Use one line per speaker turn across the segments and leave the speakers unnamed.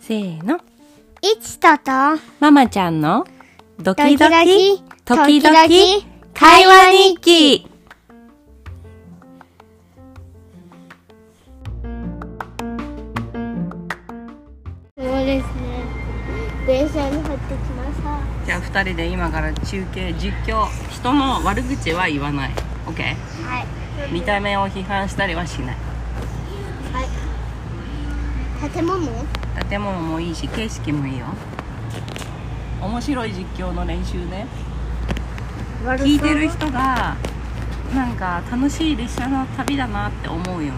せーの。
いちとと、
ママちゃんのドキド
ド
キ、時
キドキ
々、会話日記。
そうですね。電車に入ってきました。
じゃあ二人で今から中継実況。人の悪口は言わない。オッケ
はい。
ー。見た目を批判したりはしない。
はい。建物
建物もいいし景色もいいよ。面白い実況の練習ね。聞いてる人がなんか楽しい列車の旅だなって思うように
いや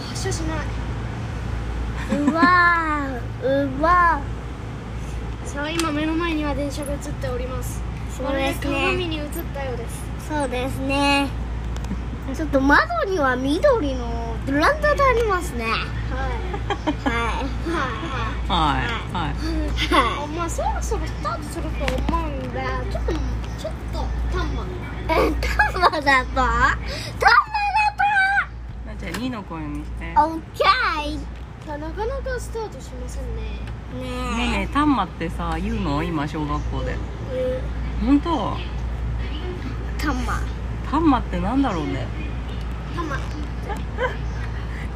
発車しない。うわー、うわ
さあ今目の前には電車が映っております
ー。
まるで鏡。に映ったようです
そうですね。ちょっと窓には緑のブランダでありますね。
は
はい。
いは
はいはい
い
は
まあそろそろスタートすると思うんでちょっとちょっとタンマ
い。え、タマだとタマだと
なっちゃん2の声にしてね
オッケーね
なかなかスタートしませんね
えねえタンマってさ言うの今小学校で
え
本当
タマ。
タンマってなんだろうね
ー、タンマ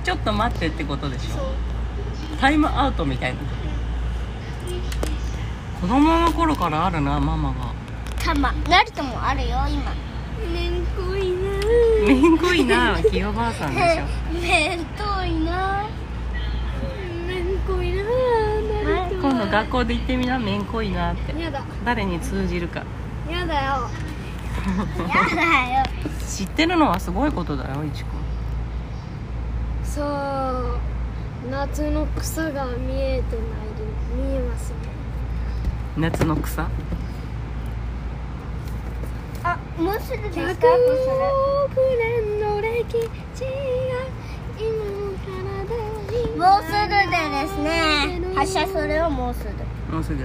ちょっと待ってってことでし
そう
ょタイムアウトみたいな子供の頃からあるなママが
タマ。ナルトもあるよ、今。
めんこいな
めんこいなひいおばあさんでしょ
めんとい な。
めんこいななる
今度学校で言ってみなめんこいなって
とやだ
誰に通じるか
やだよ
やだよ。
知ってるのはすごいことだよいちくん
さあ夏の草が見えてないで見えますね
夏の草
あ、もうすぐですかも
100
うす
億年の歴史が今の体
ぐ。
に
もうすぐでですね。発車するよ、もうすぐ。
もうすぐ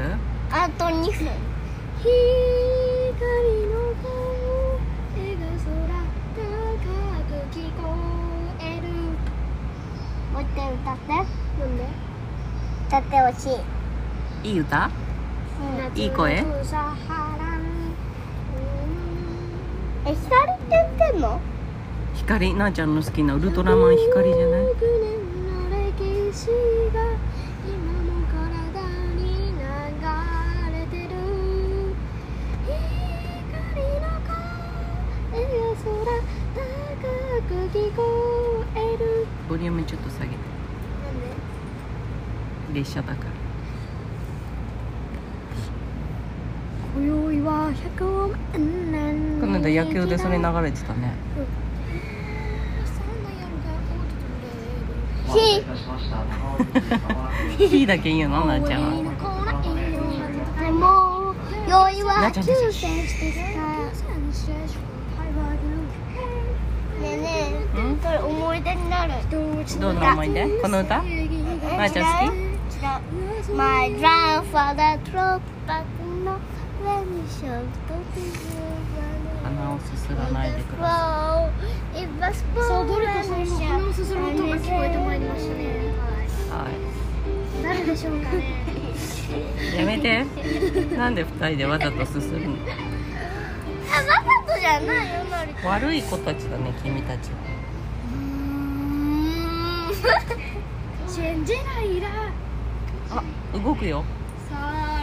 あと2分。
光の顔絵が空高く聞こえる
もう一回歌って。
なんで
歌ってほしい。
いい歌
うん
いい声
夏の草原に
え、ひかりって言ってんの
光なあちゃんの好きなウルトラマン光じゃない
100億年の歴史が今の体に流れてる光の声が空高く聞こえる
ボリュームちょっと下げて
なんで
列車だから
今宵は100億年
この間野球でそれ流れてたね
そんな夜が
し、
いいだけ言うのなあ
訪れ
ち
る
ゃん は
こないような
でも、
時
な
用意
あ
は
ちゃん
ね
たち
えねえ、それ思い出になる。
どんな思い出この歌まーちゃん好き
違う。My grandfather drove back no when he showed the people.
鼻をすすらないでくださ
さあどれかさんの鼻をすする音が聞こえてまいりま したね
い、は
誰でしょうかね
い、やめてなんで二人でわざとすするの
あわざとじゃないよなり
悪い子たちだね君たちは
信じないら
あ動くよ
さ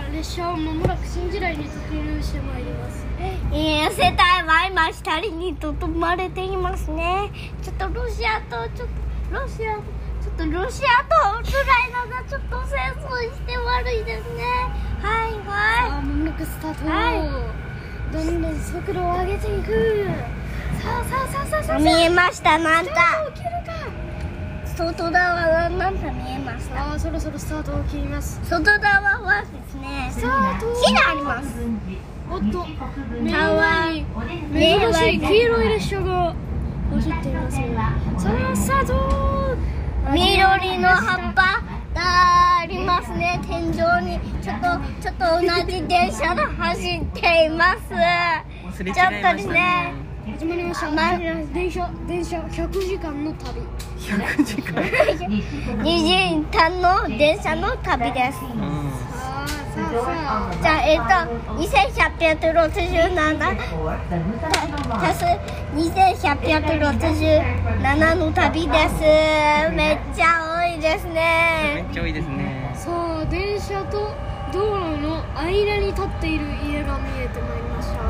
あ列車を間もなく信じないに突入してまいります
えー、世帯は今2人にとどまれていますねちょっとロシアとちょっとロシアちょっとロシアとウクライナがちょっと戦争して悪いですねはいは
あ間もなくスタート、
は
どんどん速度を上げていくさあさあさあさあさあ
い見えましたなんだ
起きるか
外側はなんだ見えました
さあそろそろスタートを切ります
外側はですね
スタート
火があります
おっと目
か
の
わ
前に珍しい黄色い列車が走っていますさあスタート
緑の葉っぱがありますね天井にちょっとちょっと同じ電車が走っています
忘れち
ちょっ
ゃ
と
いまし
ね
たね
始まりました。
ま
電車電車100時間の旅。
100時間、
二人間の電車の旅です
うん、
ああさあさあ。
じゃあえっ、と2167足す2167の旅ですめっちゃ多いです
め
ね
っちゃ多いですね
さあ電車と道路の間に立っている家が見えてまいりました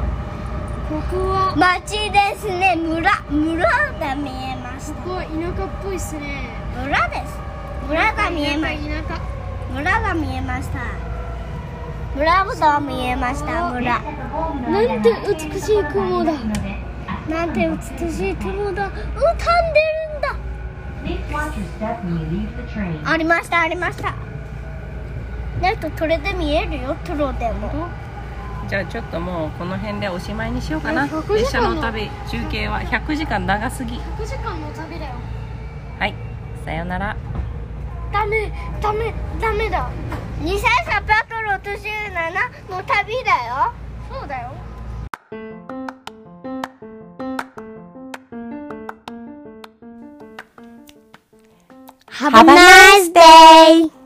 ここは
町ですね村村が見えまし
ここは田舎っぽいっすね
た村です村が見えまし
田
た
舎
村が見えました村が見えました村
田舎なんて美しい雲だ
なんて美しい雲だ浮かんでるんだ
Please watch your step when you leave the train.
ありましたありましたネット取れて見えるよトロでも
じゃあちょっともうこの辺でおしまいにしようかな
え100時間の
列車の旅中継は100時間長すぎ
100時間の旅だよ
はいさようなら
ダメダメダメだ
2367の旅だよ
そうだよ
ハ a v e a nice day!